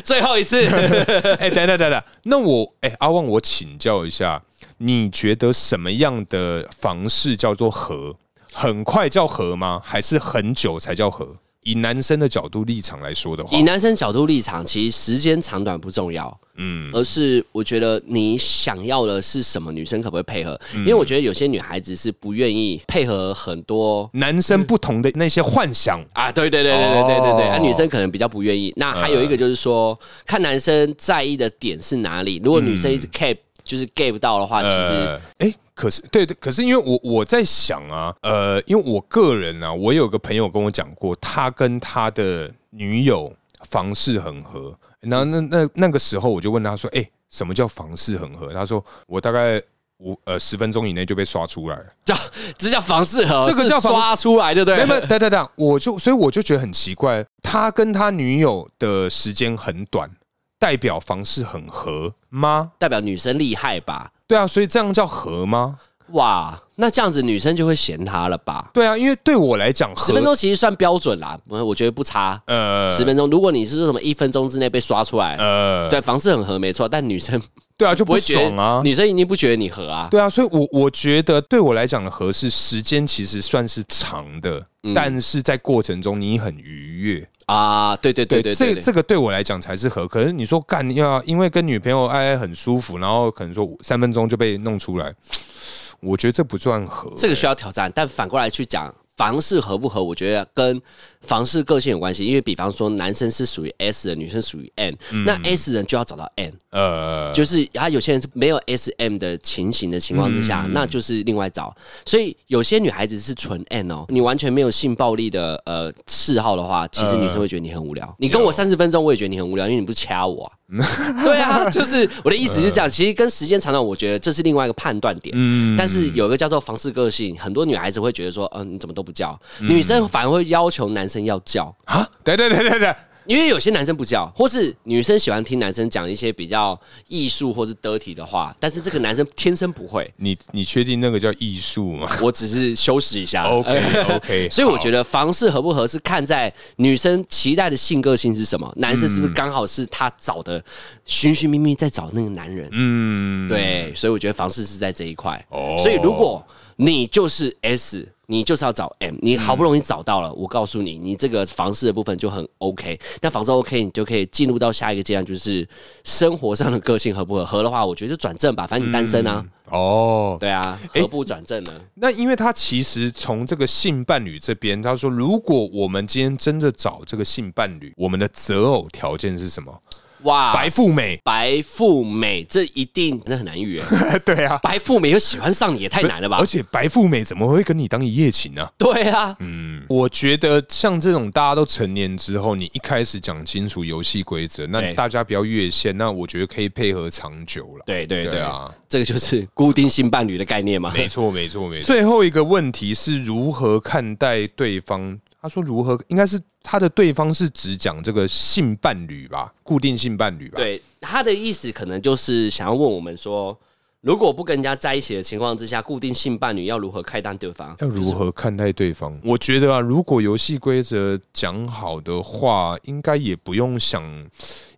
Speaker 1: 最后一次。
Speaker 2: 哎、等等等等，那我哎、阿旺，我请教一下，你觉得什么样的房式叫做合？很快叫合吗？还是很久才叫合？以男生的角度立场来说的话
Speaker 1: 以，男生角度立场，其实时间长短不重要，
Speaker 2: 嗯，
Speaker 1: 而是我觉得你想要的是什么，女生可不可以配合？因为我觉得有些女孩子是不愿意配合很多
Speaker 2: 男生不同的那些幻想，
Speaker 1: 嗯啊，对对对对对对对对，
Speaker 2: 哦
Speaker 1: 啊，女生可能比较不愿意。那还有一个就是说，看男生在意的点是哪里。如果女生一直 get 就是 get 不到的话，其实
Speaker 2: 呃，哎、可是对对，可是因为我我在想啊，呃，因为我个人啊，我有个朋友跟我讲过，他跟他的女友房事很合，然后那那那个时候我就问他说，哎、什么叫房事很合？他说我大概。五呃十分钟以内就被刷出来了，
Speaker 1: 叫这叫房适合，
Speaker 2: 这个叫
Speaker 1: 是
Speaker 2: 房
Speaker 1: 刷出来，对不
Speaker 2: 没有
Speaker 1: 对？
Speaker 2: 没有等等等，我就所以我就觉得很奇怪，他跟他女友的时间很短，代表房事很合吗？
Speaker 1: 代表女生厉害吧？
Speaker 2: 对啊，所以这样叫合吗？
Speaker 1: 哇，那这样子女生就会嫌他了吧？
Speaker 2: 对啊，因为对我来讲，
Speaker 1: 十分
Speaker 2: 合
Speaker 1: 钟其实算标准啦，我我觉得不差。
Speaker 2: 呃
Speaker 1: 十分钟，如果你是说什么一分钟之内被刷出来，
Speaker 2: 呃，
Speaker 1: 对，房事很合没错，但女生
Speaker 2: 对啊，就
Speaker 1: 不
Speaker 2: 不
Speaker 1: 会觉
Speaker 2: 爽
Speaker 1: 得，
Speaker 2: 啊。
Speaker 1: 女生一定不觉得你合啊。
Speaker 2: 对啊，所以我，我觉得对我来讲的合适时间其实算是长的，
Speaker 1: 嗯
Speaker 2: 但是在过程中你很愉悦。
Speaker 1: 啊，对对对对对
Speaker 2: 这
Speaker 1: 对，
Speaker 2: 这个对我来讲才是合。可是你说干要因为跟女朋友爱爱很舒服，然后可能说三分钟就被弄出来，我觉得这不算合。
Speaker 1: 这个需要挑战，但反过来去讲，房事合不合，我觉得跟房事个性有关系。因为比方说，男生是属于 S 人，女生属于 N，、那
Speaker 2: 嗯
Speaker 1: S 人就要找到 N，、
Speaker 2: 呃，
Speaker 1: 就是他有些人是没有 S M 的情形的情况之下，那就是另外找。所以有些女孩子是纯 N 哦，你完全没有性暴力的呃嗜好的话，其实女生会觉得你很无聊。你跟我三十分钟，我也觉得你很无聊，因为你不掐我、啊。对啊，就是我的意思就是这样。其实跟时间长短，我觉得这是另外一个判断点。
Speaker 2: 嗯
Speaker 1: 但是有一个叫做房事个性，很多女孩子呃会觉得说，嗯、你怎么都不叫，女生反而会要求男生要叫。
Speaker 2: 啊，对对对对对，
Speaker 1: 因为有些男生不叫，或是女生喜欢听男生讲一些比较艺术或是 dirty 的话，但是这个男生天生不会。
Speaker 2: 你你确定那个叫艺术吗
Speaker 1: 我只是修饰一下。
Speaker 2: ？OK OK，
Speaker 1: 所以我觉
Speaker 2: 得
Speaker 1: 得房事合不合是看在女生期待的性个性是什么，男生是不是刚好是他找的寻寻觅觅在找那个男人，
Speaker 2: 嗯，
Speaker 1: 对，所以我觉得房事是在这一块。
Speaker 2: 哦
Speaker 1: 所以如果你就是 S，你就是要找 M，你好不容易找到了，我告诉你，你这个房事的部分就很 OK。那房事 OK，你就可以进入到下一个阶段，就是生活上的个性合不合。合的话，我觉得就转正吧，反正你单身啊，
Speaker 2: 哦，
Speaker 1: 对啊，何不转正呢？
Speaker 2: 那因为他其实从这个性伴侣这边，他说，如果我们今天真的找这个性伴侣，我们的择偶条件是什么？
Speaker 1: 哇，。
Speaker 2: 白富美
Speaker 1: 白富美，这一定那很难遇耶。
Speaker 2: 对啊，
Speaker 1: 白富美又喜欢上你，也太难 了吧
Speaker 2: 而？且白富美怎么会跟你当一夜情呢、
Speaker 1: 对啊，
Speaker 2: 嗯我觉得像这种大家都成年之后，你一开始讲清楚游戏规则，那
Speaker 1: 对
Speaker 2: 大家不要越线，那我觉得可以配合长久了。
Speaker 1: 对对
Speaker 2: 对
Speaker 1: 对
Speaker 2: 啊，
Speaker 1: 这个就是固定性伴侣的概念嘛。
Speaker 2: 没错，没错，没错。最后一个问题是如何看待对方？他说如何，应该是他的对方是只讲这个性伴侣吧，固定性伴侣吧。，
Speaker 1: 对，他的意思可能就是想要问我们说，如果不跟人家在一起的情况之下，固定性伴侣要如何看待对方？
Speaker 2: 要如何看待对方？我觉得啊，如果游戏规则讲好的话，应该也不用想，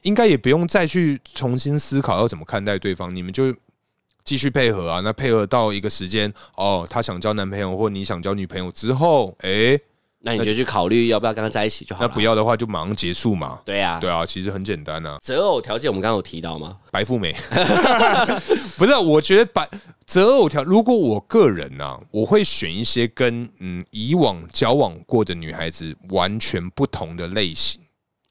Speaker 2: 应该也不用再去重新思考要怎么看待对方，你们就。继续配合啊，那配合到一个时间哦，他想交男朋友或你想交女朋友之后，哎、
Speaker 1: 那你就去考虑要不要跟他在一起就好
Speaker 2: 那
Speaker 1: 了。
Speaker 2: 不要的话就马上结束嘛。
Speaker 1: 对啊，
Speaker 2: 对啊，其实很简单啊，
Speaker 1: 择偶条件我们刚刚有提到吗？
Speaker 2: 白富美， 不是啊、我觉得白择偶条，如果我个人啊，我会选一些跟嗯以往交往过的女孩子完全不同的类型。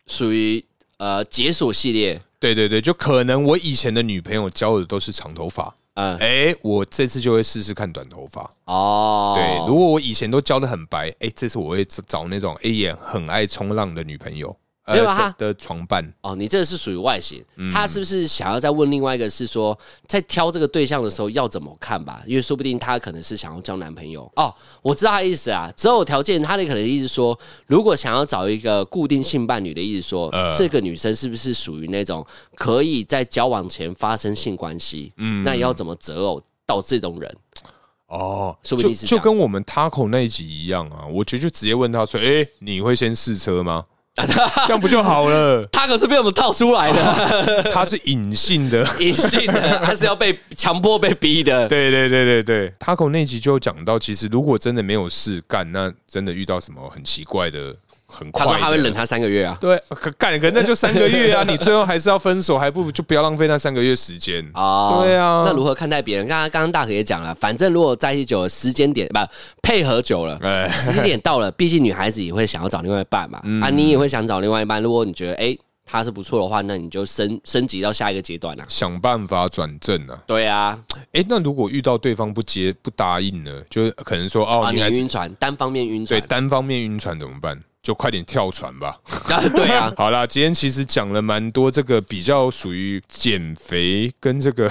Speaker 1: 属于呃解锁系列，
Speaker 2: 对对对，就可能我以前的女朋友交的都是长头发，
Speaker 1: 嗯、
Speaker 2: 哎、我这次就会试试看短头发。
Speaker 1: 哦，
Speaker 2: 对，如果我以前都交的很白，哎、这次我会找找那种哎、也很爱冲浪的女朋友，呃
Speaker 1: 没有啊哈
Speaker 2: 的的床伴。
Speaker 1: 哦，你这个是属于外形，他是不是想要再问另外一个是说，在挑这个对象的时候要怎么看吧？因为说不定他可能是想要交男朋友哦，我知道他的意思啊。择偶条件，他的可能意思说，如果想要找一个固定性伴侣的意思说，这个女生是不是属于那种可以在交往前发生性关系？嗯，那要怎么择偶到这种人？
Speaker 2: 哦，
Speaker 1: 说不
Speaker 2: 就
Speaker 1: 定是这
Speaker 2: 就
Speaker 1: 样
Speaker 2: 跟我们 Taco 那一集一样啊，我觉得就直接问他说：“哎、你会先试车吗？” 这样不就好了？
Speaker 1: 他可是被我们套出来的，
Speaker 2: 他是隐性的，
Speaker 1: 隐性的，他是要被强迫被逼的。
Speaker 2: 对对对对对。Taco 那集就有讲到，其实如果真的没有事干，那真的遇到什么很奇怪的，很
Speaker 1: 他
Speaker 2: 快
Speaker 1: 说他会
Speaker 2: 的
Speaker 1: 冷他三个月啊。
Speaker 2: 对，可干可那就三个月啊，你最后还是要分手，还不如就不要浪费那三个月时间。
Speaker 1: 哦，
Speaker 2: 对啊
Speaker 1: 那如何看待别人？刚刚刚刚大可也讲了，反正如果在一起久了，时间点不配合久 了，
Speaker 2: 哎
Speaker 1: 时间点到了， 毕竟女孩子也会想要找另外一半嘛，
Speaker 2: 嗯
Speaker 1: 啊，你也会想找另外一半。如果你觉得哎、他是不错的话，那你就升升级到下一个阶段啦、啊
Speaker 2: 想办法转正啊！
Speaker 1: 对啊，
Speaker 2: 哎、那如果遇到对方不接不答应呢，就是可能说哦，
Speaker 1: 啊，你
Speaker 2: 你还是
Speaker 1: 晕船，单方面晕
Speaker 2: 对
Speaker 1: 船，
Speaker 2: 单方面晕船怎么办？就快点跳船吧！
Speaker 1: 啊， 对啊，
Speaker 2: 好啦，今天其实讲了蛮多这个比较属于减肥跟这个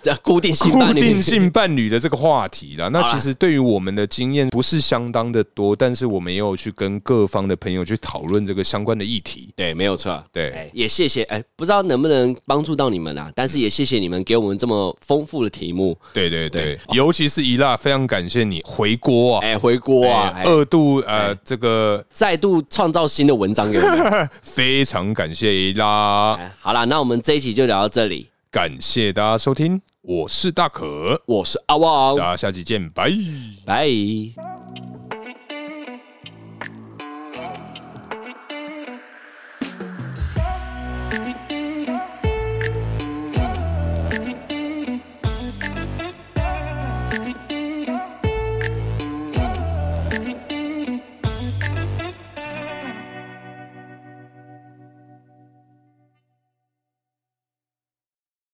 Speaker 1: 这固定 性
Speaker 2: 固
Speaker 1: 伴侣
Speaker 2: 定性伴侣的这个话题 啦。那
Speaker 1: 好啦
Speaker 2: 其实对于我们的经验不是相当的多，但是我们也有去跟各方的朋友去讨论这个相关的议题。
Speaker 1: 对，没有错。
Speaker 2: 对
Speaker 1: 哎也谢谢，哎、不知道能不能帮助到你们啊？但是也谢谢你们给我们这么丰富的题目，
Speaker 2: 对对对，尤其是一辣，非常感谢你回锅啊！
Speaker 1: 哎、回锅啊，
Speaker 2: 哎
Speaker 1: 哎
Speaker 2: 二度呃，这个啊
Speaker 1: 再度创造新的文章给我们。
Speaker 2: 非常感谢一拉，
Speaker 1: 哎好啦，那我们这一集就聊到这里。
Speaker 2: 感谢大家收听，我是大可，
Speaker 1: 我是阿旺，
Speaker 2: 大家下期见，拜。
Speaker 1: 拜。